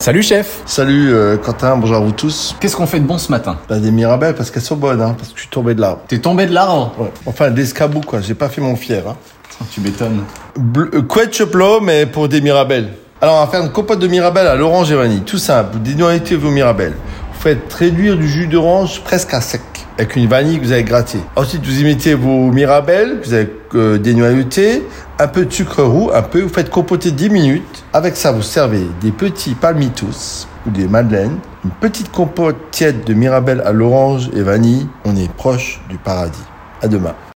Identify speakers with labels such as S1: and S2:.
S1: Salut chef
S2: Salut euh, Quentin, bonjour à vous tous.
S1: Qu'est-ce qu'on fait de bon ce matin
S2: Bah, des mirabelles parce qu'elles sont bonnes, hein, parce que je suis tombé de l'arbre.
S1: T'es tombé de l'arbre
S2: Ouais. Enfin, des escabeaux quoi, j'ai pas fait mon fier. Hein.
S1: Oh, Tu m'étonnes.
S2: Bleu, euh, couette cheplo, mais pour des mirabelles. Alors, on va faire une compote de mirabelle à l'orange et vanille. Tout simple, dénoyez vos mirabelles. Vous faites réduire du jus d'orange presque à sec, avec une vanille que vous avez grattée. Ensuite, vous imitez vos mirabelles, que vous avez euh, dénoyautées, un peu de sucre roux, un peu, vous faites compoter 10 minutes. Avec ça, vous servez des petits palmitos ou des madeleines, une petite compote tiède de mirabelle à l'orange et vanille. On est proche du paradis. À demain.